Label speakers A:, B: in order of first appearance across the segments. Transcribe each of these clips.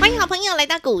A: 欢迎好朋友来到股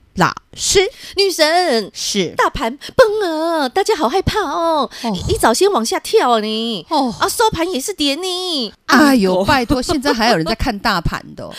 B: 老师，
A: 女神，
B: 是
A: 大盘崩了，大家好害怕哦！
B: 哦
A: 一一早先往下跳啊你，
B: 哦
A: 啊收盘也是跌你，
B: 哎呦，拜托，现在还有人在看大盘 的哦、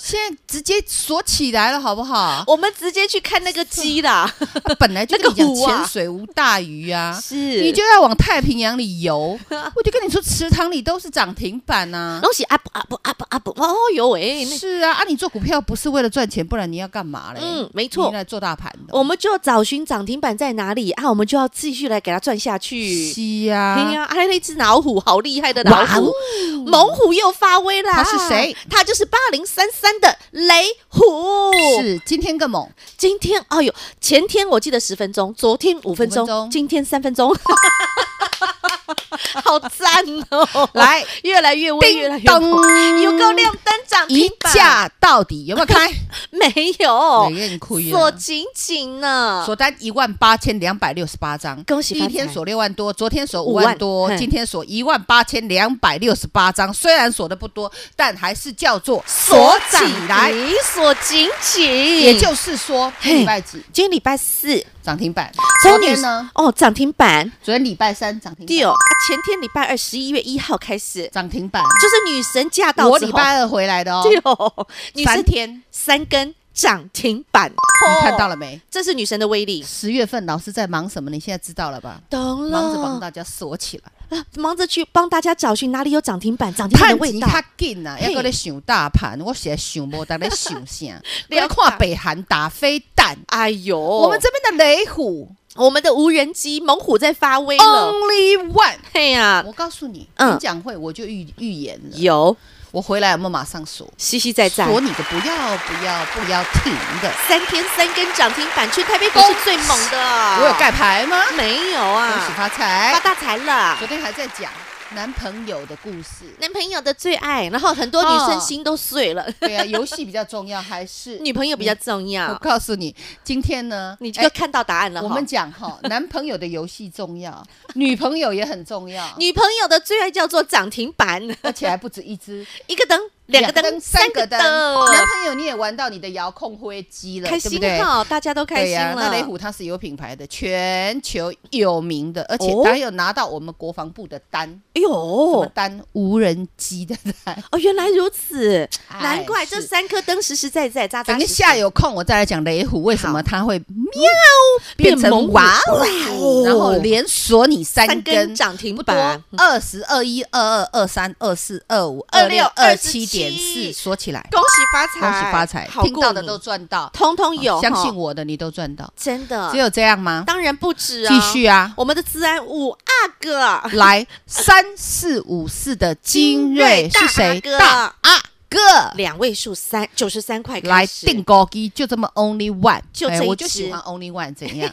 B: 现在直接锁起来了，好不好？啊
A: 我们直接去看那个鸡啦，
B: 本来就
A: 那个
B: 跟你讲
A: 湖啊
B: 潜水无大鱼啊。
A: 是
B: 你就要往太平洋 里游，我就跟你说，池塘里都是涨停板啊。
A: 东西 up up up up，哦呦喂，那
B: 是啊，啊，你做股票不是为了赚钱，不然你要干嘛嘞？
A: 嗯没错
B: 你来做大盘的。
A: 我们就找寻涨停板在哪里啊，我们就要继续来给它转下去。
B: 是呀、
A: 哎呀，哎，那只老虎好厉害的老
B: 啊哇
A: 虎
B: 哦，
A: 猛虎又发威啦！
B: 他是谁？
A: 他就是八零三三的雷虎。，
B: 是今天更猛，
A: 今天，哎呦，前天我记得十分钟，昨天五分
B: 五分
A: 钟，
B: 钟
A: 今天三分 钟，好赞哦！
B: 来，
A: 越来越威，越来
B: 叮
A: 越猛，
B: 咚，
A: 有够亮灯涨
B: 一
A: 停板，
B: 价到底，有没有开？
A: 没有，
B: 没人亏
A: 锁
B: 了。
A: 紧紧呢。
B: 锁单一万八千两百六十八张，
A: 恭喜
B: 第
A: 发财
B: 一天锁六万多，昨天锁五
A: 五
B: 万
A: 万
B: 多，
A: 嘿
B: 今天锁一万八千两百六十八张。虽然锁的不多，但还是叫做锁起来。，
A: 锁紧紧，
B: 也就是说，
A: 嘿
B: 礼拜几
A: 今天礼拜四，
B: 涨停板？
A: 周
B: 昨
A: 女
B: 天
A: 士
B: 呢？
A: 哦，涨停板。
B: 昨天礼拜三涨停
A: 对哦，
B: 板，
A: 啊前天礼拜二十一月一号开始，
B: 涨停板。
A: 就是女神驾到
B: 我
A: 之后
B: 礼拜二回来的哦，
A: 对哦，女
B: 三
A: 神
B: 天，你
A: 三根涨停
B: 哦
A: 板，
B: 看到
A: 了，
B: 了没？
A: 这是女神的威力。
B: 十月份老师在忙什么？你现在知道了吧？
A: 懂了，
B: 忙着帮大家锁起来，
A: 啊忙着去帮大家找寻哪里有涨停板，涨停板的
B: 趁
A: 味
B: 钱
A: 道
B: 较。紧啊！
A: 嘿
B: 还搁咧想大盘，我现在想无，大家想啥？你
A: 了
B: 要
A: 解
B: 看北韩打飞弹，
A: 哎呦，
B: 我
A: 我
B: 们这边的雷虎
A: 我们的无人机猛虎在发威了。
B: Only One，
A: 嘿呀，
B: 我告诉你，
A: 嗯
B: 演讲会我就预预言了，
A: 有
B: 我回来有没有马上锁？
A: 西西在在，
B: 锁你的不要不要不要停的，
A: 三天三根涨停板，去台北股是最猛的。
B: 我有盖牌吗？
A: 没有
B: 哦恭
A: 啊
B: 喜？哎
A: 发
B: 发财！
A: 大财了
B: 昨。天还在讲男朋友的故事，
A: 男朋友的最爱，然后很多女
B: 哦
A: 生心都碎了，
B: 对啊，游戏比较重要还是
A: 女朋友比较重要。
B: 我告诉你，今天呢，
A: 你
B: 哎
A: 就看到答案了哈。
B: 嗯我们 讲哈，男朋友的游戏重要，女朋友也很重要，
A: 女朋友的最爱叫做涨停板，
B: 而且还不止一只，
A: 一个灯、 两个灯、
B: 三个灯。男
A: 灯，
B: 朋友你也玩到你的遥控灰机了，
A: 开
B: 对
A: 心
B: 不对？
A: 哈，大家都开
B: 对
A: 心
B: 呀、那
A: 了。
B: 雷虎它是有品牌的，全球有名的，而且
A: 哦
B: 它有拿到我们国防部的单，
A: 哎
B: 什么
A: 呦，
B: 单？无人机的单。
A: 哦，原来如此，
B: 哎
A: 难怪
B: 是
A: 这三颗灯实实在在、扎扎
B: 等
A: 实
B: 个
A: 实
B: 下有空我再来讲雷虎为什么它会喵
A: 变
B: 变成
A: 猛
B: 哇
A: 虎
B: 哦，然后连锁你三
A: 三根
B: 根
A: 涨停
B: 不多
A: 板，
B: 二十二一二二二三二四二五二六二七点四说起来，
A: 恭喜发财，
B: 恭喜发财
A: 好，
B: 听到的
A: 过
B: 都
A: 你
B: 赚到，
A: 通通有，啊
B: 相
A: 哈
B: 信我的你都赚到，
A: 真的
B: 只，有这样吗？
A: 当然不止啊，
B: 继续啊，
A: 我们的资安五阿哥，
B: 来三四五四的精
A: 精锐
B: 锐
A: 大
B: 是谁？
A: 哥
B: 大阿哥。
A: 两位数三九十三块
B: 来
A: 开始
B: 定高低，就这么 only one，
A: 就
B: 哎
A: 这一
B: 我就喜
A: 只
B: 欢 only one，怎样？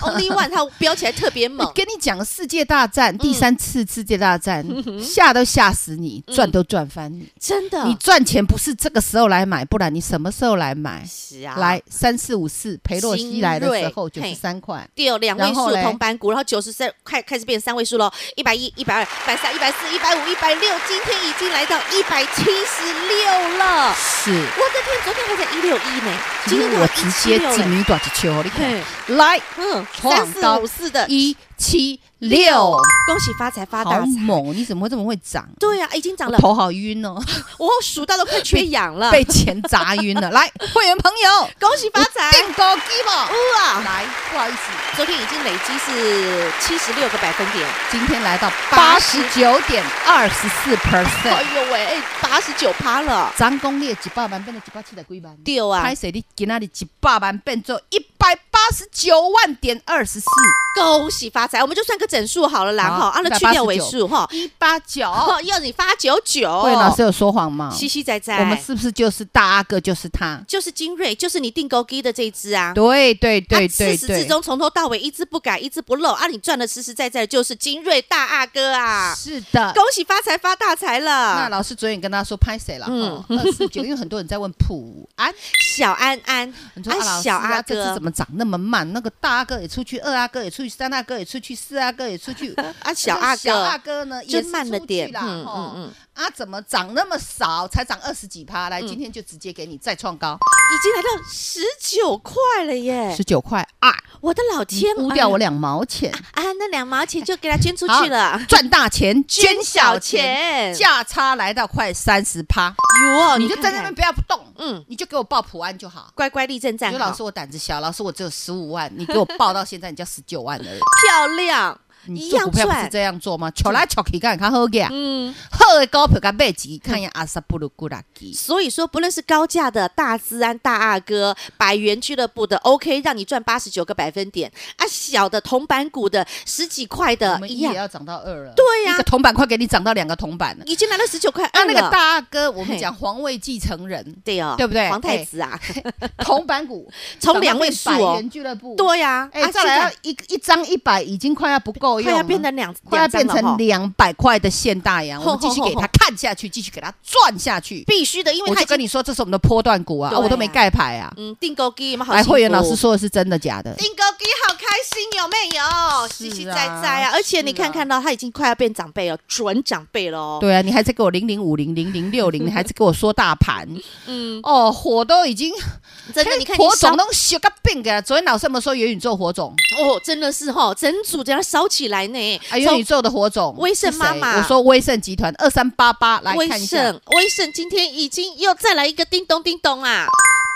A: ，Only One 它飙起来特别 猛，
B: 跟你讲，世界大
A: 嗯
B: 战第三次世界大战，吓都吓死你，
A: 嗯
B: 赚都赚翻你。
A: 真的，
B: 你赚钱不是这个时候来买，不然你什么时候来买？
A: 是啊，
B: 来三四五四，裴洛西来的时候
A: 精
B: 九
A: 锐
B: 十三块，
A: 第两位
B: 然后
A: 数
B: 嘞
A: 铜板股，然后九十三开开始变三位数喽，一百一、一百二、一百三、一百四、一百五、一百六，今天已经来到一百七十六了。
B: 是。
A: 我的天，昨天还在一六一呢，今
B: 今
A: 天
B: 天
A: 都
B: 嗯我直接进
A: 了。
B: 你短期球，你看
A: 嘿，
B: 来
A: 嗯，
B: 创
A: 三四
B: 高
A: 五四的
B: 一七六，
A: 恭喜发财发大
B: 好
A: 财！
B: 猛！你怎么会这么会涨？
A: 对啊呀、已经涨了
B: 我，头好晕哦，
A: 我数到都快缺氧了。
B: 被钱砸晕了。来，会员朋友，
A: 恭喜 发财！
B: 订购机吧。
A: 哇，
B: 来，不好意思，
A: 昨天已经累积是七十六个百分点。
B: 今天来到八十
A: 80
B: 九点二十四 percent，
A: 哎呦喂，哎，八十九趴了，
B: 咱讲你的一百万变成一百七十几万，
A: 丢啊
B: 拍！谁你今仔日一百万变做一百八十九万点二十四
A: 恭喜发财！我们就算个整数好了啦，
B: 好
A: 哈，按了去掉尾数哈，
B: 一八九。
A: 哦，要你发九九，
B: 会老师有说谎吗？
A: 西西仔仔，
B: 哦我们是不是就是大阿哥就是他？
A: 就是精锐，就是你订购机的这一只啊。
B: 对对对
A: 它
B: 对
A: 自始
B: 对
A: 至，终从头到尾一字不改，一字不漏啊！你赚的实实在在的就是精锐大阿哥啊！
B: 是的。
A: 恭喜发财发大财
B: 那
A: 了，
B: 老师昨天也跟大家说拍谁了？
A: 嗯
B: 嗯，二四九，因为很多人在问普安，
A: 小安安，哎
B: 你说啊，老师
A: 小阿
B: 啊，这次
A: 哥
B: 怎，么涨那么慢？那个大阿哥也出去，二阿哥也出去，三阿哥也出去，四阿哥也出去，
A: 啊，小阿
B: 小阿
A: 哥，
B: 哥呢也
A: 就是慢了
B: 出去
A: 点，
B: 啦。
A: 嗯嗯
B: 吼
A: 嗯，
B: 啊，怎么涨那么少？才涨二十几趴，来，今天就直接给你再创高
A: 已经来到十九块了耶！
B: 十九块二，
A: 我的老天，
B: 污掉
A: 哎
B: 我两毛钱，
A: 啊，那两毛钱就给他捐出去了。
B: 赚大钱，
A: 捐
B: 捐
A: 小
B: 小
A: 钱
B: 钱，价差来到快三十趴，
A: 哟，
B: 你就在
A: 看
B: 那边
A: 看，
B: 不要不动，
A: 嗯，
B: 你就给我报普安就好。
A: 乖乖立正
B: 你
A: 站
B: 说
A: 好，
B: 老师我胆子小，老师我只有十五万，你给我报到现在，你叫十九万而已。
A: 漂亮，一
B: 你嗯做
A: 样
B: 股票不是
A: 赚，
B: 这样做吗？瞧来瞧去，看看好个，
A: 嗯，
B: 好的股票敢买几？看一下阿萨布鲁古拉基。
A: 所以说不论是高价的大资安大阿哥、百元俱乐部的 OK，让你赚八十九个百分点啊，小的铜板股的十几块
B: 我
A: 的
B: 们一
A: 一
B: 也
A: 样，
B: 要涨到二了，
A: 对呀
B: 一个铜板快给你涨到两个铜板了。
A: 已经拿到十九块
B: 啊，
A: 二
B: 那个
A: 了。
B: 大哥，我们
A: 嘿
B: 讲皇位继承人，
A: 对哦，
B: 对不对哎
A: 皇太子啊，
B: 铜板股
A: 从两位数
B: 涨到变百
A: 哦，
B: 元俱乐部，
A: 对呀，
B: 哎、
A: 啊
B: 再来要一一张一百，已经快要不够
A: 现
B: 用
A: 在快要
B: 了，
A: 变成两，
B: 快要变
A: 两张了
B: 成
A: 哈
B: 两百块的现大洋，我们
A: 吼
B: 继
A: 吼
B: 续给
A: 吼
B: 它看下去，继续给它赚下去。
A: 必须的，因为
B: 我
A: 他已
B: 就
A: 经
B: 跟你说，这是我们的波段股啊，
A: 对
B: 啊我都没
A: 啊
B: 盖牌啊。
A: 嗯订购机嘛，好
B: 来，
A: 幸福
B: 会员老师说的是真的假的？
A: 订购机好开心，有没有？
B: 是
A: 实
B: 啊
A: 实在在啊！而且你看看到他已经快要变长辈了，准长辈了哦。
B: 对啊，你还在给我零零五零零零六零，你还在给我说大 盘
A: 嗯，
B: 哦，火都已经
A: 真的，你看你
B: 火
A: 烧
B: 种都小个病给了。昨天老师有没有说元宇宙 火种？
A: 哦，真的是哈，整组这样烧起来呢。
B: 啊，元宇宙的火种，
A: 威盛妈妈
B: 是谁我说威盛集团二三八八，来
A: 从威
B: 看一下，
A: 盛，威盛今天已经又再来一个叮咚叮咚啊，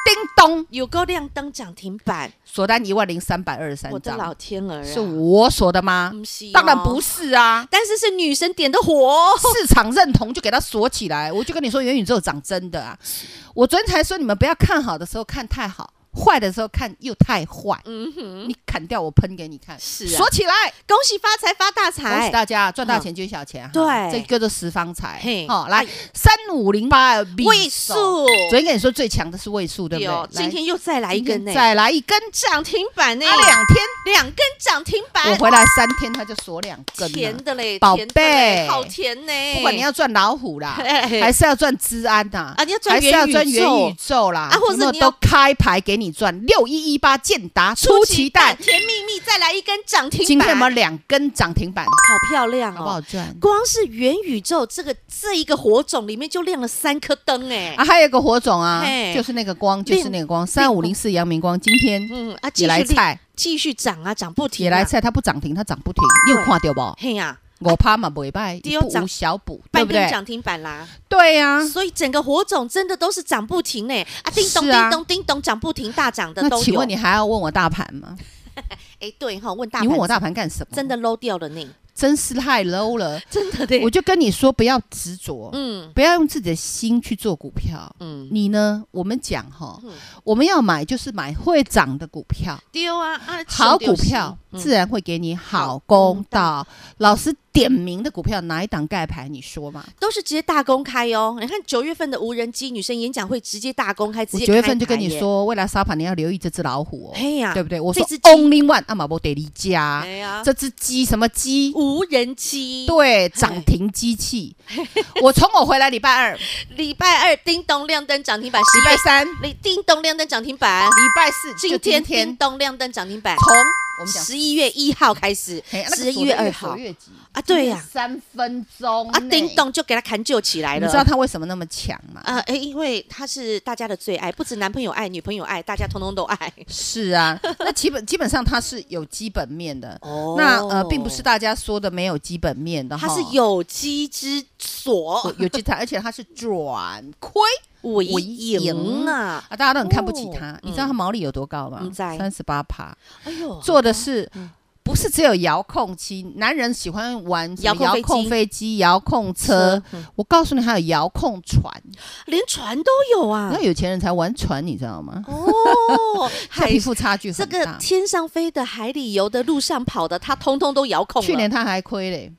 B: 叮咚，
A: 有够亮灯涨停板，
B: 锁单一万零三百二十三
A: 我的
B: 张，
A: 老天儿啊！
B: 是我锁的吗？
A: 不是哦，
B: 当然不是啊
A: 但是是女神点的火，
B: 市场认同就给它锁起来。我就跟你说，元宇宙涨真的啊！我昨天才说，你们不要看好的时候看太好，坏的时候看又太坏。
A: 嗯哼，
B: 你砍掉我喷给你看，
A: 是啊
B: 锁起来。
A: 恭喜发财发大财，
B: 恭喜大家赚大钱捐小钱，哈
A: 对
B: 这叫做十方财
A: 嘿。哎
B: 好，来三五零八
A: 位数
B: 昨天跟你说最强的是位数，对不
A: 有
B: 对？
A: 今
B: 来
A: 天又再来一根
B: 今
A: 呢哎
B: 天，再来一根，啊，
A: 涨停板呢，
B: 两天
A: 两根涨停板，
B: 我回来三天它就锁两根
A: 甜
B: 了。
A: 的嘞，
B: 宝
A: 甜的嘞
B: 贝
A: 好甜呢。
B: 不管你要赚老虎啦，还
A: 还
B: 是要赚治安呐，
A: 哎啊你要赚
B: 还是要赚
A: 元宇宙
B: 元宇宙啦，
A: 啊或者
B: 有没有
A: 你要
B: 都开牌给你赚六一一八建达出奇蛋，
A: 甜蜜蜜，再来一根涨停板，
B: 今天有没有两根涨停板？
A: 好漂亮
B: 好不好
A: 哦！
B: 赚？
A: 光是元宇宙这个这一个火种里面就亮了三颗灯哎
B: 啊，，还有一个火种啊
A: 嘿，
B: 就是那个光，就是那个光，
A: 另
B: 三五零四阳明光，今天
A: 嗯啊，继续
B: 也来
A: 亮
B: 菜，
A: 继续涨啊，涨不停，
B: 也来，菜，它不涨停，它涨不停，你有看到不？
A: 嘿呀，
B: 我怕嘛，袂歹，
A: 对哦
B: 不无小补，对
A: 半
B: 不
A: 根
B: 对？
A: 涨停板啦，
B: 对呀，
A: 所以整个火种真的都是涨不停呢啊，叮咚
B: 是
A: 叮
B: 啊
A: 咚叮咚涨不停，大涨的
B: 那
A: 都
B: 请
A: 有
B: 问。你还要问我大盘吗？
A: 哎，对哈，问大
B: 你问我
A: 盘
B: 大盘干什么？
A: 真的 low 掉了呢，
B: 真是太 low 了，
A: 真的的
B: 我就跟你说，不要执着，
A: 嗯
B: 不要用自己的心去做股票。
A: 嗯，
B: 你呢？我们讲哈
A: 嗯，
B: 我们要买就是买会涨的股票。
A: 丢啊啊，
B: 好
A: 丢
B: 股
A: 丢死
B: 票
A: 嗯
B: 自然会给你好
A: 公
B: 公道。老师点名的股票哪一档盖牌？你说嘛？
A: 都是直接大公开哦。你看九月份的无人机女生演讲会直接大公开，直
B: 我
A: 接
B: 九月份
A: 开
B: 就跟你
A: 牌耶，
B: 说，未来沙盘你要留意这只老虎哦，
A: 嘿呀、
B: 对不对？我
A: 这
B: 说
A: 只鸡
B: only one 啊阿玛波得离家
A: 哎，呀，
B: 这只鸡什么鸡？
A: 无人机，
B: 对，涨停机器。我从我回来礼拜二、礼
A: 礼拜二叮咚亮灯涨停板，礼
B: 拜三、礼
A: 你叮咚亮灯涨停板，
B: 拜四，
A: 今
B: 就今
A: 天叮
B: 天
A: 咚亮灯涨停板，
B: 从我们讲
A: 十一月一号开始
B: 嘿，那个
A: 十一月二号
B: 左越急
A: 啊对呀
B: 三分钟
A: 啊，
B: 内
A: 叮，咚就给他砍救起来
B: 你
A: 了。
B: 知道他为什么那么强吗？
A: 啊，哎，因为他是大家的最爱，不止男朋友爱，女朋友爱，大家通通都爱。
B: 是 啊，那基本基本上它是有基本面的。
A: 哦
B: 那呃，并不是大家说的没有基本面的哈，
A: 它是有机之所，
B: 有基它，而且它是转亏
A: 我
B: 我
A: 赢
B: 赢
A: 啊！
B: 啊，大家都很看不起它。
A: 哦
B: 你知道它毛利有多高吗
A: 嗯？知
B: 三十八趴，
A: 哎呦，
B: 做的是。
A: 嗯
B: 不是只有遥控器，男人喜欢玩什么
A: 遥控飞机嗯
B: 遥控飞机、遥控车。我告诉你，还有遥控船。
A: 连船都有啊
B: 那！有钱人才玩船，你知道吗？
A: 哦，
B: 他
A: 海
B: 贫富差距
A: 这
B: 很
A: 个
B: 大。
A: 天上飞的、海里游的、路上跑的，他通通都遥控了。
B: 去年他还亏嘞，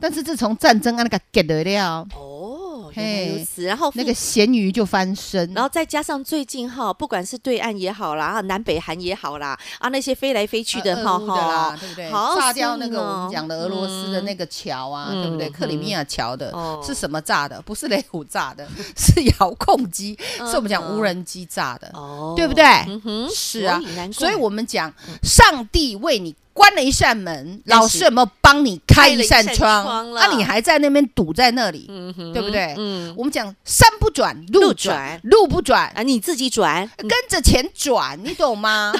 B: 但是自从战争啊那个 get 得了，
A: 哦，原来如
B: 嘿
A: 此。然后
B: 那
A: 那
B: 个嗯
A: 个，
B: 咸鱼就翻身。
A: 然后再加上最近哈，不管是对岸也好啦，啊南北韩也好啦，啊那些飞来飞去的哈
B: 呃俄乌的啦，
A: 哈，
B: 对不对？
A: 好
B: 炸掉
A: 幸
B: 那个我
A: 哦
B: 们讲的俄罗斯的那个桥啊，对不对？
A: 嗯
B: 克里米亚桥的
A: 哦
B: 是什么炸的？不是雷虎炸的， 是遥控机，
A: 嗯
B: 是我们讲无人机炸的，
A: 哦
B: 对不对？
A: 嗯哼，
B: 是啊
A: 所以难怪嗯
B: 所以我们讲，上帝为你关了一扇门，
A: 但是
B: 老师有没有帮你开一扇
A: 开了一扇窗
B: 窗？
A: 了
B: 那你还在那边堵在那里，
A: 嗯哼
B: 对不对
A: 嗯
B: 我们讲山不转
A: 路
B: 路
A: 转
B: 转，路不转，
A: 啊，你自己转，
B: 跟着钱转，你 懂吗？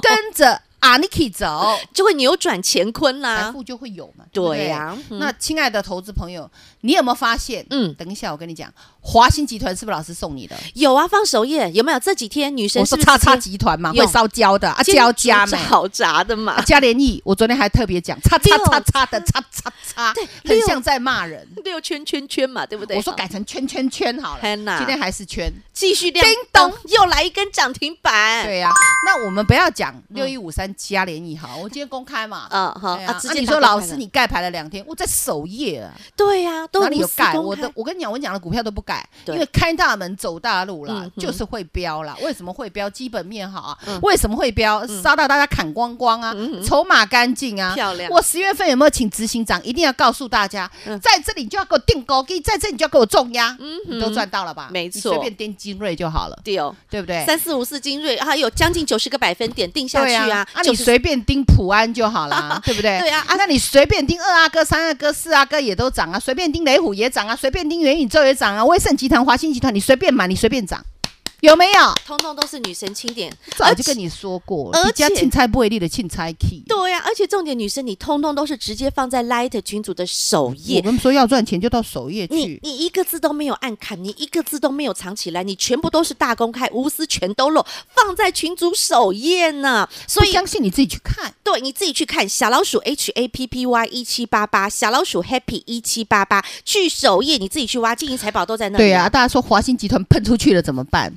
B: 跟着 Aniki 走，
A: 就会扭转乾坤
B: 财
A: 啦。
B: 富就会有嘛。不
A: 啊对呀、嗯
B: 那亲爱的投资朋友，你有没有发现？
A: 嗯
B: 嗯，等一下我跟你讲，华兴集团是不是老师送你的？
A: 有啊，放首页有没有？这几天女
B: 我
A: 生是
B: 说
A: 不是
B: 叉叉
A: 直接
B: 集团嘛，
A: 有
B: 会烧焦的啊，
A: 煎
B: 焦加
A: 煮
B: 美。
A: 炒炸的嘛
B: 啊，加联益，我昨天还特别讲，叉叉
A: 六
B: 叉叉的叉叉叉，
A: 对
B: 很
A: 六
B: 像在骂人。
A: 六圈圈圈嘛，对不对？啊
B: 我说改成圈圈圈好了，
A: 天哪
B: 今天还是圈。
A: 继续亮
B: 叮咚，
A: 又来一根涨停板。，
B: 对呀，那我们不要讲六一五三加联益好，我今天公开嘛。
A: 嗯，好
B: 哎
A: 啊，
B: 呀
A: 直接
B: 你
A: 打
B: 说
A: 开
B: 老
A: 了
B: 师你盖牌了两天，我在首页啊，
A: 对呀，都
B: 哪里
A: 无
B: 有
A: 私
B: 盖？
A: 公
B: 我
A: 开
B: 的，我跟你讲，我讲的股票都不改，
A: 对
B: 因为开大门走大路啦
A: 嗯，哼嗯
B: 就是会飙啦。为什么会飙？基本面好啊，为什么会飙？杀到大家砍光光啊，筹码干净啊，
A: 漂亮嗯
B: 我十月份有没有请执行长？一定要告诉大家，在这里就要给我定高低，在这里就要给我重压，你都赚到了吧？
A: 没
B: 你
A: 错
B: 随便盯精锐就好了，
A: 丢
B: 对不对？
A: 哦三四五四精锐，还有将近九十个百分点定下
B: 对
A: 去啊
B: 啊，，啊你
A: 90
B: 随便盯普安就 好啦，对不对？
A: 对啊啊
B: 那你随便盯二阿哥、三阿哥、四阿哥也都涨啊，随便盯雷虎也涨啊，随便盯元宇宙也涨啊，威盛集团、华兴集团，你随便买，你随便涨，有没有？
A: 通通都是女神钦点，
B: 早就跟你说过，
A: 而
B: 你家
A: 且
B: 钦差不会力的钦差 key。
A: 对呀、而且重点，女生你通通都是直接放在 Light 群组的首
B: 我
A: 页。
B: 们说要赚钱就到首页
A: 你
B: 去，
A: 你一个字都没有暗砍，你一个字都没有藏起来，你全部都是大公开，无私全都露，放在群组首页呢。所
B: 不
A: 以
B: 相信你自己去看。
A: 对，你自己去看小老鼠 H A P P Y 一七八八，小老鼠 Happy 一七八八，去首页你自己去挖，金银财宝都在那里。
B: 对啊，，大家说华兴集团喷出去了怎么办？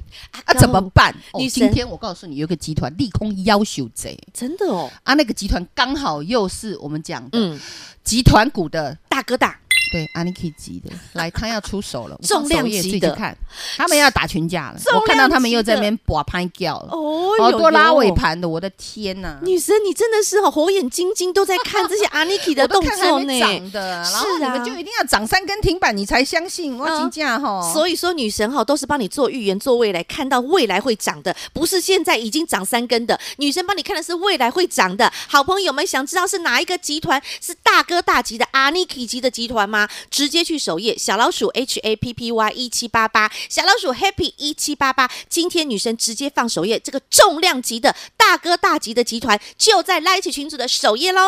B: 啊，怎么办？哦
A: 女，神
B: 今天我告诉你，有一个集团利空要求贼
A: 真的哦，
B: 啊，那个集团刚好又是我们讲的
A: 嗯，
B: 集团股的
A: 大哥大，
B: 对，Aniki 级 的，来，他要出手了，我
A: 重
B: 放
A: 量
B: 首页
A: 级
B: 自己去
A: 的
B: 看，他们要打群架了，
A: 重
B: 我看
A: 量
B: 到他们
A: 级
B: 又在那
A: 的
B: 边把拍掉了，
A: 哦
B: 好
A: 有
B: 多拉
A: 有
B: 尾盘的，我的天呐！
A: 女神你真的是哦火眼金睛，都在看这些 Aniki 的
B: 我都
A: 动
B: 看还
A: 作呢。
B: 没涨的，
A: 是
B: 然后你
A: 啊
B: 们就一定要涨三根停板，你才相信我
A: 嗯
B: 金价哈。
A: 所以说，女神哈都是帮你做预言、做未来，看到未来会涨的，不是现在已经涨三根的。女神帮你看的是未来会涨的。好朋友们，想知道是哪一个集团是大哥大级的阿尼基级的集团吗？直接去首页小老鼠 H A P P Y 一七八八，小老鼠 Happy 一七八八。今天女神直接放首页，这个重量级的大哥大级的集团就在 Light 群组的首页喽。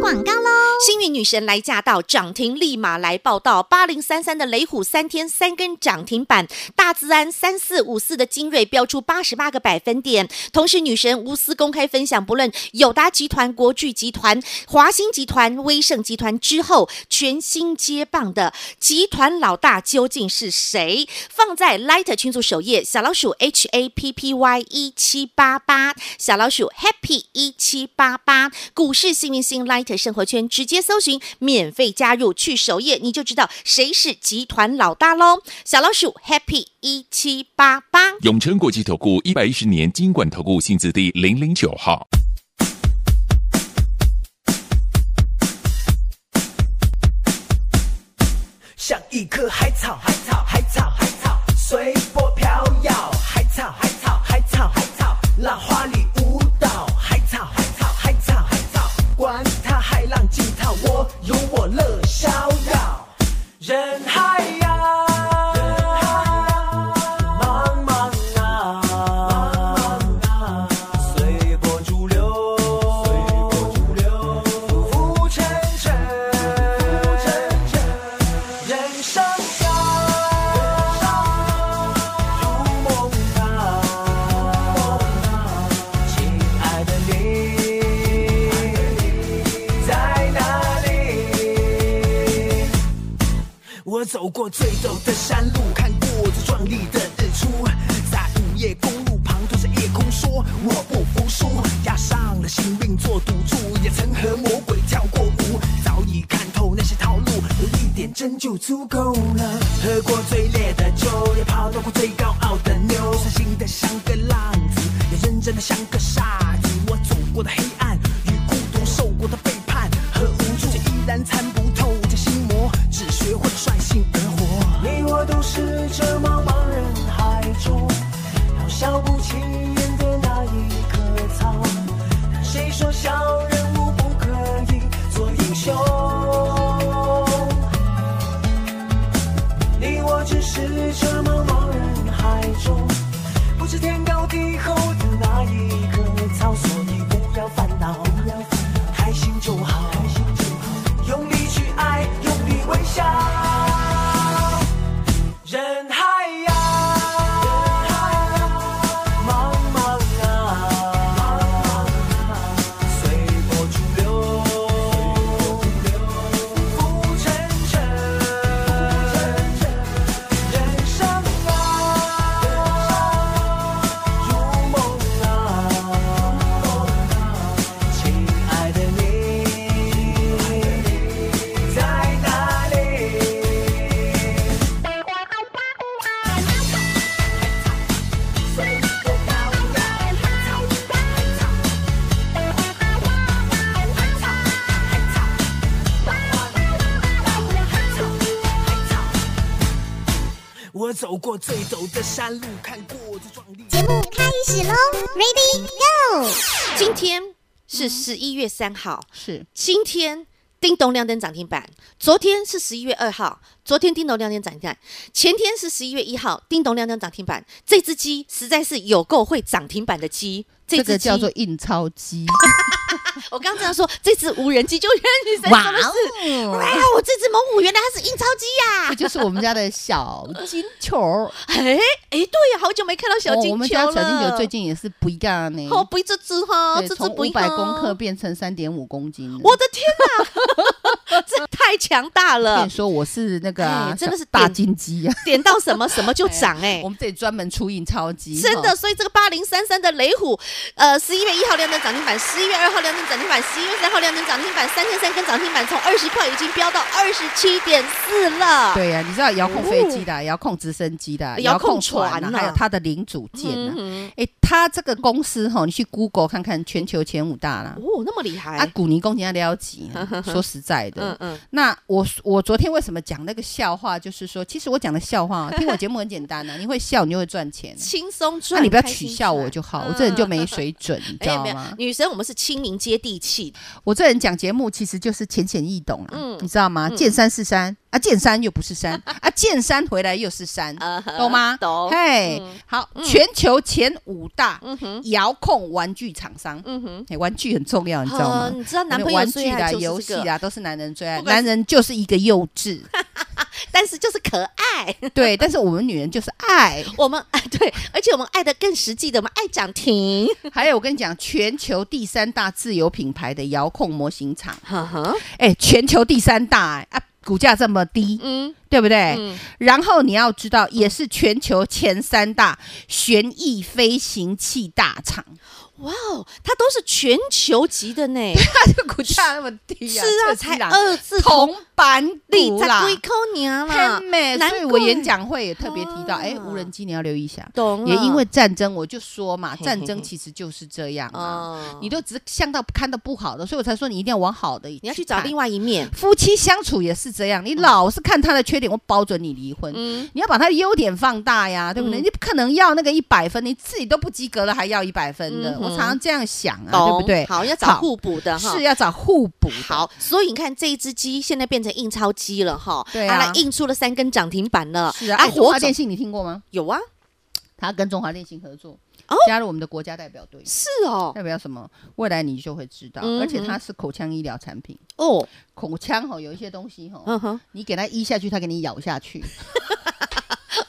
C: 广告喽。
A: 幸运女神来驾到，涨停立马来报道。八零三三的雷虎三天三根涨停板，大自安三四五四的精锐标出八十八个百分点。同时，女神无私公开分享，不论友达集团、国巨集团、华兴集团、威盛集团之后，全新接棒的集团老大究竟是谁？放在 Light 群组首页，小老鼠 H A P P Y 一七八八，小老鼠 Happy 一七八八，股市幸运星 Light 生活圈直接搜寻，免费加入，去首页你就知道谁是集团老大喽。小老鼠 Happy 一七八八。
D: 永诚国际投顾一百一十年金管投顾性质第零零九号。
E: 像一棵海草，海草，海草，海草，随波飘摇。海草，海草，海草，海草，浪花里舞蹈。海过最陡的山路，看过最壮丽的日出，在午夜公路旁对着夜空说我不服输，押上了性命做赌注，也曾和魔鬼跳过舞，早已看透那些套路，有一点真就足够了。喝过最烈的酒，也泡到过最高傲的妞，伤心的像个浪子，也认真的像个傻子。我走过的黑暗与孤独，受过的背叛和无助，却依然参不透这心魔，只学会率性而活。你我都是这茫茫人海中，渺小不起眼的那一棵草。谁说小人物不可以做英雄？你我只是这茫茫人海中，不知天高地厚的那一棵草，所以不要烦恼，开心就好，用力去爱，用力微笑。人海呀，茫茫啊，随波逐流，浮沉沉。人生啊，如梦啊，亲爱的你，在哪里？我走过最陡的山路，看过最壮丽。
C: 节目开始喽，Ready Go！
A: 今天是十一月三号，
B: 是
A: 今天叮咚亮灯涨停板，昨天是十一月二号，昨天叮咚亮灯涨停板，前天是十一月一号，叮咚亮灯涨停板。这只鸡实在是有够会涨停板的鸡，
B: 这
A: 只
B: 个
A: 鸡
B: 叫做印钞 机。
A: 我刚刚这样说，这只无人机就原来女神
B: 哇
A: 什么事？
B: 哦
A: 哇哦，这只猛虎原来它是印钞机呀！
B: 就是我们家的小金球儿，
A: 哎哎，对呀，好久没看到 小金球了。
B: 哦我们家小金球最近也是不一样呢，
A: 好不一这只哈，
B: 对
A: 这只
B: 从
A: 不一
B: 五
A: 哈
B: 百公克变成三点五公斤了。
A: 我的天哪， 这太强大
B: 跟
A: 了
B: 你！说，我是那个啊
A: 呃哎真的是
B: 小大
A: 点
B: 金鸡啊！
A: 点到什么什么就涨哎、
B: 我们这里专门出印钞机，
A: 真的，
B: 哈，
A: 所以这个八零三三的雷虎，呃，十一月一号亮灯涨停板，十一月二号亮灯涨停板，十一月三号亮灯涨停板，三天三根涨停板，从二十块已经飙到二十七点四了。
B: 对啊呀，你知道遥控飞机的、遥控直升机的、
A: 啊哦遥控
B: 船
A: 船
B: 啊，
A: 呐
B: 还有它的零组件
A: 嗯
B: 啊。
A: 哼，
B: 哎，它这个公司哈，你去 Google 看看，全球前五大啦。
A: 哦，那么厉害，
B: 啊，古尼公你要了解啊，说实在的
A: 嗯，嗯，
B: 那我我昨天为什么讲那个笑话？就是说，其实我讲的 笑话，听我节目很简单啊，你会笑，你就会赚钱。
A: 轻松
B: 那
A: 赚，
B: 你不要
A: 啊开
B: 取
A: 心
B: 笑
A: 赚
B: 我就好，我这人就没水 准，你
A: 哎
B: 知道
A: 没有
B: 吗？
A: 女生我们是亲民接地气，
B: 我这人讲节目其实就是浅显易懂啦
A: 嗯，
B: 你知道吗？见山是山啊，见山又不 是山啊，见山回来又是山，
A: 啊哈
B: 懂吗？
A: 懂
B: 嘿
A: 嗯，
B: 好，全球前五大
A: 嗯哼，
B: 遥控玩具厂商，
A: 嗯哼，
B: 哎，玩具很重要，你知道
A: 呃
B: 吗？
A: 你知道男
B: 我们
A: 朋友
B: 玩
A: 最
B: 具
A: 爱
B: 啦、
A: 就是
B: 游戏啊
A: 这个
B: 啦，都是男人最爱。
A: 不管是
B: 男人就是一个幼 稚，
A: 但是就是可爱。
B: 对。但是我们女人就是爱。
A: 我们啊对，而且我们爱的更实际的，我们爱涨 停。
B: 还有，我跟你讲，全球第三大自有品牌的遥控模型厂，
A: 哈哈，
B: 哎，全球第三大、哎啊，股价这么低，
A: 嗯，
B: 对不对？
A: 嗯
B: 然后你要知道，也是全球前三大旋翼飞行器大厂，
A: 哇哦，它都是全球级的呢。
B: 它的 股价那么低
A: 是
B: 啊，
A: 啊，
B: 这
A: 才
B: 是啦
A: 二字
B: 铜板
A: 你
B: 股
A: 才
B: 啦
A: 龟。扣娘啦
B: 很，美，
A: 难
B: 所以我演
A: 怪
B: 讲会也特别提到，哎、
A: 啊
B: 无人机你要留意一下。
A: 懂啊了
B: 啊也因为战争，我就说嘛，
A: 嘿嘿
B: 战争其实就是这样啊，
A: 哦，
B: 你都只看到看到不好的，所以我才说你一定要往好的。
A: 你要去找另
B: 外
A: 外一面。
B: 夫妻相处也是这样，你老是看他的缺点，我保准你离婚。
A: 嗯，
B: 你要把他的优点放大呀，对不对？
A: 嗯
B: 你不可能要那个一百分，你自己都不及格了，还要一百分的
A: 嗯。哼
B: 我常常这样想啊，
A: 懂，
B: 对不对？
A: 好，要找
B: 好
A: 互补的哈。
B: 是啊要找互补的。
A: 好，所以你看这一只鸡现在变成印钞机了哈，
B: 对啊
A: 它印出了三根涨停板了，
B: 是啊，哎，中
A: 活
B: 华
A: 总
B: 电信你听过吗？
A: 有啊，
B: 他跟中华电信合作
A: 哦，
B: 加入我们的国家代表队。
A: 是哦，
B: 代表什么？未来你就会知道，
A: 嗯哼
B: 而且它是口腔医疗产品。
A: 哦，
B: 口腔吼有一些东西吼，
A: 嗯哼，
B: 你给它医下去，它给你咬 下去。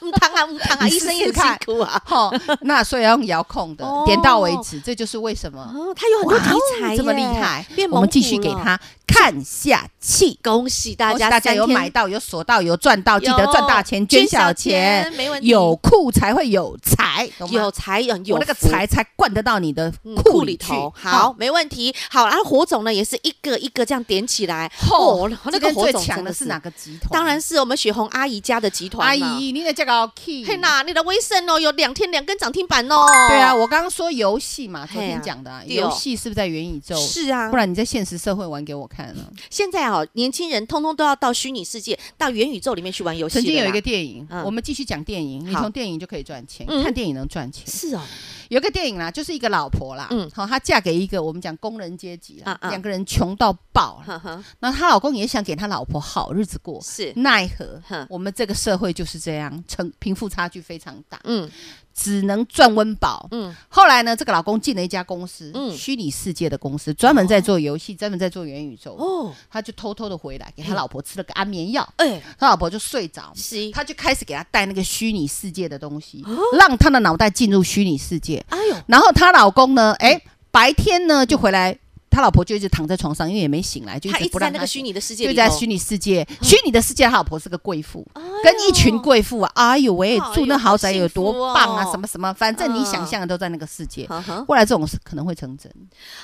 A: 嗯汤啊嗯汤啊，
B: 你
A: 医
B: 试试
A: 生也很辛
B: 看
A: 苦啊，
B: 吼，那所以要用遥控的
A: 哦，
B: 点到为止，这就是为什么。
A: 哦，它有很多
B: 哇
A: 题
B: 哦
A: 材耶，
B: 这么厉害
A: 变！
B: 我
A: 猛
B: 们继
A: 虎
B: 续给
A: 了
B: 它看下去。
A: 恭喜大
B: 恭
A: 家，
B: 喜大家有买到、有锁到、有赚到，记得
A: 有
B: 赚大钱、
A: 捐
B: 捐小
A: 小钱
B: 钱，
A: 没问题
B: 有库才会有财，懂吗
A: 有才有有
B: 我那个
A: 福
B: 财才灌得到你的
A: 嗯
B: 库
A: 里
B: 里
A: 头
B: 头。，
A: 好，
B: 哦，
A: 没问题。好，然后火种呢也是一个一个这样点起来。
B: 吼
A: 哦，那
B: 这
A: 个
B: 边
A: 火
B: 最
A: 种
B: 强
A: 真
B: 的
A: 的
B: 是哪？个集团？
A: 当然是我们雪红阿姨家的集团
B: 阿
A: 嘛。
B: 姨，你得叫个 key。
A: 嘿呐，你的威盛哦，有两天两根涨停板哦。
B: 对啊，，我刚刚说游戏嘛，昨
A: 嘿啊
B: 天讲的啊
A: 对哦
B: 游戏是不是在元宇宙？
A: 是啊
B: 不。然你在现实社会玩给我看啊。
A: 现在哦，年轻人通通都要到虚拟世界、到元宇宙里面去玩游戏了
B: 曾
A: 啦。
B: 经有一个电影
A: 嗯，
B: 我们继续讲电影，你
A: 好
B: 从电影就可以赚钱
A: 嗯，
B: 看电影能赚钱。
A: 是哦，
B: 有一个电影啦，就是一个老婆啦，
A: 嗯
B: 嗯，好，她嫁给一个我们讲工人阶级啦
A: 啊，啊
B: 两个人穷到爆啦，
A: 呵 呵，
B: 那她老公也想给她老婆好日子
A: 嗯
B: 过，
A: 哦是，嗯
B: 奈何
A: 哼
B: 我们这个社会就是这样，成贫富差距非常大，
A: 嗯
B: 只能赚温饱。
A: 嗯，
B: 后来呢，这个老公进了一家公司，
A: 嗯
B: 虚拟世界的公司，专门在做游戏，专门在做元宇宙。
A: 哦，
B: 他就偷偷的回来，给他老婆吃了个安眠药，
A: 哎，
B: 他老婆就睡着，
A: 是，
B: 他就开始给他带那个虚拟世界的东西，
A: 哦
B: 让他的脑袋进入虚拟世界。
A: 哎呦，
B: 然后她老公呢，哎，白天呢就回来，他老婆就一直躺在床上，因为也没醒来，就
A: 他一
B: 不
A: 直
B: 让
A: 在那
B: 她
A: 个虚拟的世界
B: 就
A: 里
B: 在
A: 头哦
B: 虚。拟世界，虚拟的世界，他老婆是个贵妇，跟一群贵妇啊，哎呦喂
A: 哎呦，
B: 住那豪宅有
A: 好幸福
B: 多
A: 哦啊
B: 棒啊，什么什么，反正你
A: 嗯
B: 想象的都在那个世界。
A: 呵呵
B: 未来这种事可能会成真，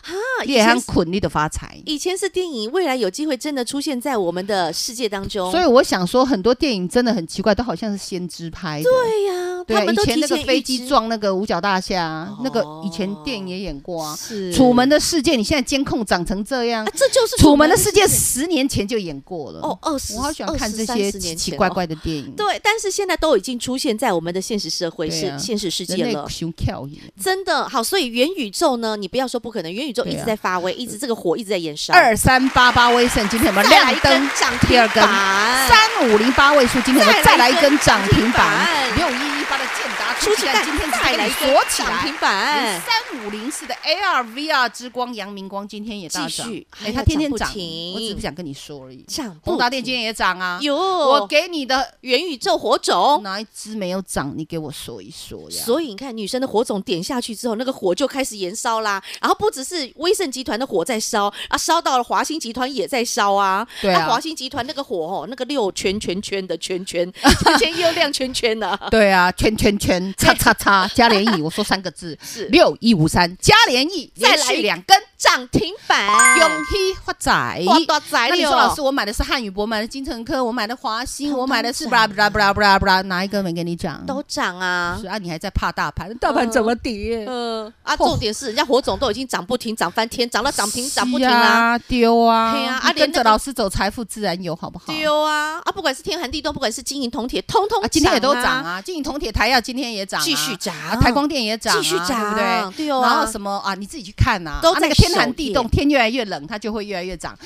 A: 啊以
B: 也
A: 前
B: 很
A: 是
B: 捆你的发财。
A: 以前是电影，未来有机会真的出现在我们的世界当中。
B: 所以我想说，很多电影真的很奇怪，都好像是先知拍的。
A: 对呀，
B: 对啊，
A: 他们
B: 以
A: 都
B: 前
A: 提
B: 那个
A: 前预
B: 飞机
A: 知
B: 撞那个五角大厦啊，那个
A: 哦
B: 以前电影也演过啊。
A: 是
B: 楚门的世界，你现在监控长成这样
A: 啊，，这就是
B: 楚门的世界
A: 是
B: 十年前就演过了。
A: 哦，二十，
B: 我好喜欢看这些奇奇怪怪的电
A: 20-30年
B: 影。
A: 前哦。对，但是现在都已经出现在我们的现实社会、
B: 对
A: 是
B: 啊
A: 现实世
B: 人
A: 界
B: 类
A: 了。
B: 熊跳也。
A: 真的好，所以元宇宙呢，你不要说不可能，元宇宙一
B: 对
A: 直
B: 啊
A: 在发威，一直这个火一直在燃烧。
B: 二三八八威盛，今天有没有
A: 再来
B: 亮
A: 一根
B: 灯？
A: 涨
B: 第二
A: 停
B: 根
A: 板，
B: 三五零八位数，今天有没有
A: 再
B: 再
A: 来
B: 来
A: 一
B: 一
A: 根
B: 根涨停板
A: 涨？停
B: 六一一八的建达
A: 出
B: 出
A: 奇
B: 奇
A: 蛋
B: 蛋，今天只
A: 再
B: 给
A: 来
B: 你
A: 一根
B: 锁起
A: 涨
B: 来
A: 停。板，
B: 三五零四的 AR VR 之光阳明光今天也大
A: 继
B: 涨
A: 续，还
B: 哎，它
A: 有
B: 天
A: 涨
B: 天
A: 不
B: 涨，
A: 停
B: 我只是不想跟你说而已。
A: 涨不
B: 宏达电
A: 停
B: 今天也涨啊，
A: 有
B: 我给你的
A: 元宇宙火种。
B: 哪一只没有涨？你给我说一说呀。
A: 哦所以你看，女生的火种点下去之后，那个火就开始燃烧啦。然后不只是威盛集团的火在烧啊，烧到了华兴集团也在烧啊。
B: 对啊
A: 那华兴集团那个火哦，那个六圈圈圈的圈 圈，圈圈又亮圈圈呢、
B: 对啊，圈圈圈，叉叉叉，加联益，我说三个字
A: 是，
B: 六一五三，加联益，
A: 再来
B: 连续两根，
A: 涨停板，
B: 永熙发财。
A: 哇大财
B: 那你说
A: 了
B: 老师，我买的是汉语博，我买的金城科，我买的华兴，
A: 通
B: 我买的是
A: 通
B: 布拉布拉布拉布拉布拉，哪一个没跟你讲？
A: 都涨啊
B: 是。啊，你还在怕大盘，大盘怎么跌？
A: 嗯啊，
B: 哦
A: 重点是人家火种都已经涨不停，涨翻天，涨到涨停，涨不停
B: 是
A: 啊。
B: 啊，丢啊，
A: 嘿啊啊
B: 你
A: 连
B: 跟
A: 那
B: 着
A: 个
B: 老师走，财富自然有，好不好？
A: 丢啊啊！不管是天寒地冻，不管是金银铜铁，通通、
B: 啊，今天也都涨，啊，金银铜铁台药今天也涨啊，
A: 继续涨
B: 啊台光电也涨啊，
A: 继续涨
B: 对不对？
A: 对哦啊
B: 然后什么啊，你自己去看呐，
A: 都
B: 啊
A: 在
B: 那个天寒地
A: 首
B: 冻，天越来越冷，它就会越来越涨。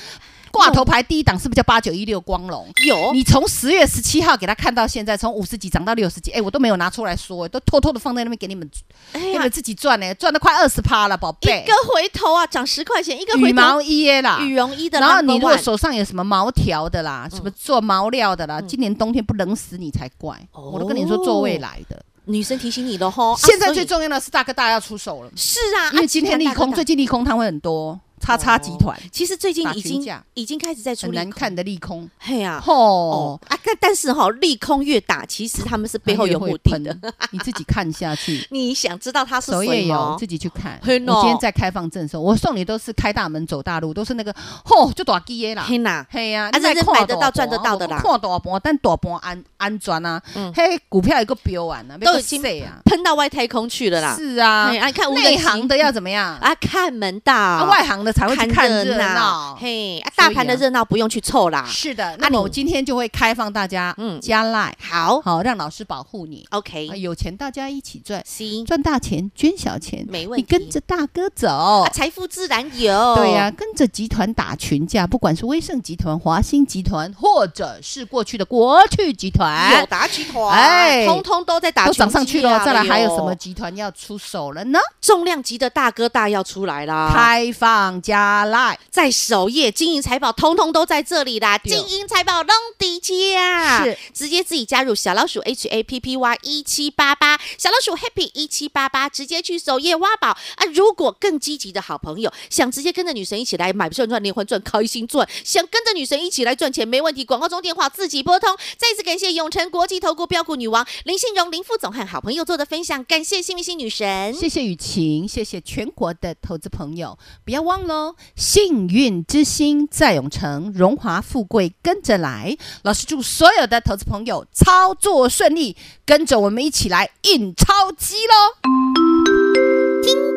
B: 挂头牌第一档是不是叫八九一六光荣？
A: 有
B: 你从十月十七号给他看到现在，从五十几涨到六十几，哎，我都没有拿出来说，都偷偷的放在那边给你们，
A: 哎
B: 给你
A: 呀
B: 们，自己赚呢，赚了快二十趴了，宝贝
A: 一。个回头啊，涨十块钱，一个
B: 羽
A: 回头
B: 毛衣耶啦，
A: 羽绒衣的 number
B: 然
A: one，嗯
B: 后你如果手上有什么毛条的啦，什么做毛料的啦，今年冬天不冷死你才怪。我都跟你说做未来的，
A: 女生提醒你的哦吼，啊
B: 现在
A: 所以
B: 最重要的是大哥大要出手了，
A: 是啊，
B: 因
A: 啊
B: 为今天利空，最。
A: 集团大哥大哦
B: 近利空它会很多，叉叉集团
A: 其实最近
B: 打
A: 已
B: 群
A: 经
B: 架
A: 已经开始在出
B: 很
A: 利
B: 难
A: 空，
B: 看的利空，
A: 嘿啊，哦
B: 吼，
A: 啊，但但是哈，利空越打，其实他们是背后有目的的。。
B: 它也会喷，你自己看下去
A: 你想知道他 是
B: 首页
A: 谁
B: 有
A: 吗
B: 自？己去看，我
A: 嘿喏
B: 今天在开放证的时候，我送你都是开大门走大路，都是那个吼就大基耶啦，
A: 嘿呐，
B: 嘿呀、
A: 啊
B: 你买
A: 认真
B: 看
A: 买得到
B: 大
A: 赚
B: 盘
A: 得到的啦
B: 我看大盘，但大盘安安全啊
A: 嗯，
B: 嘿，股票有个标完啊，
A: 都已经
B: 谁啊？
A: 喷到外太空去了啦。
B: 是啊
A: 哎，啊，你看无人
B: 内
A: 机
B: 行的要怎么样？
A: 啊，看门道，
B: 啊，外行的才会去看热闹。
A: 嘿，啊，
B: 所以
A: 大
B: 啊
A: 盘的热闹不用去凑啦。
B: 是的，
A: 啊
B: 那
A: 你
B: 么我今天就会开放大家
A: 嗯
B: 加赖，
A: 好哎
B: 好让老师保护你。啊
A: ，OK，
B: 有钱大家一起赚，
A: 行，
B: 赚大钱捐小钱，
A: 没问
B: 你
A: 题。
B: 跟着大哥走
A: 啊，。财富自然有。
B: 哦对呀、跟着集团打群架，不管是威盛集团、华兴集团，或者是过去的国去集团，
A: 友达集团，
B: 哎
A: 通通都在打啊
B: 都
A: 群架
B: 涨上去了，
A: 哎
B: 再来还有什么
A: 哟
B: 集团要出手了呢？
A: 重量级的大哥大要出来啦？
B: 开放加 Line。
A: 在首页，金银财宝通通都在这里啦！
B: 对
A: 金银财宝弄底价，
B: 是
A: 直接自己加入小老鼠 H A P P Y 一七八八，小老鼠 Happy 一七八八，直接去首页挖宝啊！如果更积极的好朋友想直接跟着女神一起来买赚赚连环赚开心赚，想跟着女神一起来赚钱没问题，广告中电话自己拨通。再次感谢永诚国际投顾标股女王林信荣林副总和好朋友做的分享，感谢幸运星女神。
B: 谢谢雨晴，谢谢全国的投资朋友，不要忘喽！幸运之星在永城，荣华富贵跟着来。老师祝所有的投资朋友操作顺利，跟着我们一起来印钞机喽！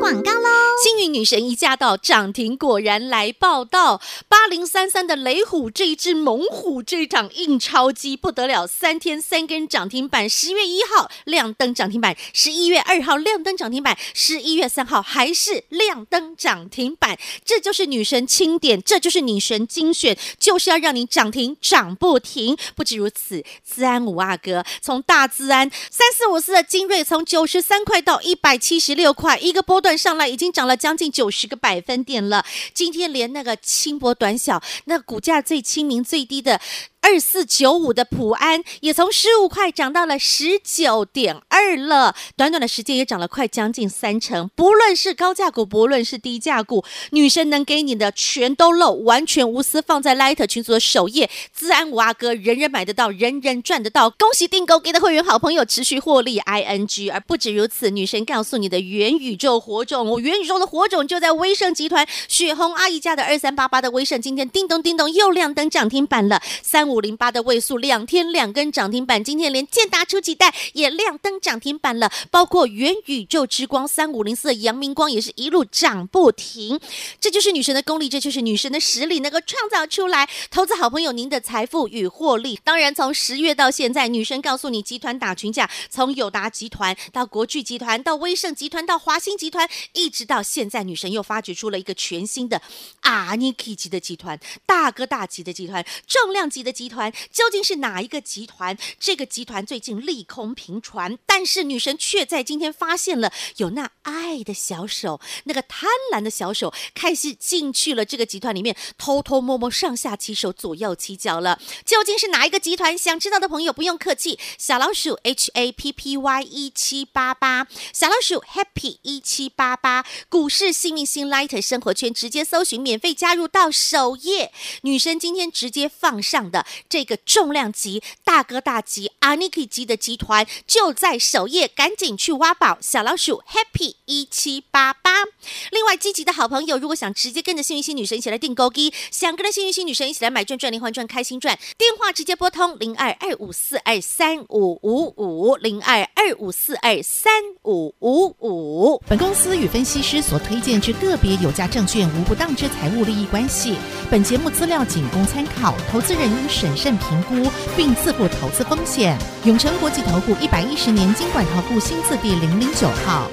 C: 广告喽，
A: 幸运女神一驾到，涨停果然来报道。八零三三的雷虎这一只猛虎，这一场印钞机不得了，三天三根涨停板，十月一号亮灯涨停板，十一月二号亮灯涨停板，十一月三号还是亮灯涨停板。这就是女神钦点，这就是女神精选，就是要让你涨停涨不停。不止如此，资安五阿哥从大资安三四五四的精锐，从九十三块到一百七十六块，一个波段上来已经涨了将近九十个百分点了。今天连那个轻薄短小、那股价最亲民、最低的。二四九五的普安也从十五块涨到了十九点二了，短短的时间也涨了快将近三成。不论是高价股，不论是低价股，女神能给你的全都漏，完全无私放在 Light 群组的首页。资安五阿哥，人人买得到，人人赚得到。恭喜订购给的会员好朋友持续获利 ING。而不止如此，女神告诉你的元宇宙火种，元宇宙的火种就在威盛集团雪红阿姨家的二三八八的威盛，今天叮咚叮咚又亮灯涨停板了，三五零八的位数两天两根涨停板，今天连建达出几代也亮灯涨停板了，包括元宇宙之光三五零四的阳明光也是一路涨不停。这就是女神的功力，这就是女神的实力，能够创造出来投资好朋友您的财富与获利。当然，从十月到现在，女神告诉你，集团打群架，从友达集团到国巨集团，到威盛集团，到华兴集团，一直到现在，女神又发掘出了一个全新的阿尼基级的集团，大哥大级的集团，重量级的集团，究竟是哪一个集团？这个集团最近利空频传，但是女神却在今天发现了有那爱的小手，那个贪婪的小手开始进去了这个集团里面，偷偷摸摸上下其手，左右其脚了。究竟是哪一个集团？想知道的朋友不用客气，小老鼠 H A P P Y 一七八八，小老鼠 Happy 一七八八，股市幸运星 Light 生活圈直接搜寻，免费加入到首页。女生今天直接放上的这个重量级大哥大级阿尼基级的集团，就在首页，赶紧去挖宝。小老鼠 Happy 一七八八。另外，积极的好朋友，如果想直接跟着幸运星女神一起来订购机，想跟着幸运星女神一起来买赚赚连环赚开心赚，电话直接拨通零二二五四二三五五五零二二五四二三五五五。
F: 本公司与分析师所推荐之个别有价证券无不当之财务利益关系。本节目资料仅供参考，投资人应审慎评估并自负投资风险。永诚国际投顾一百一十年经管投顾新字第零零九号。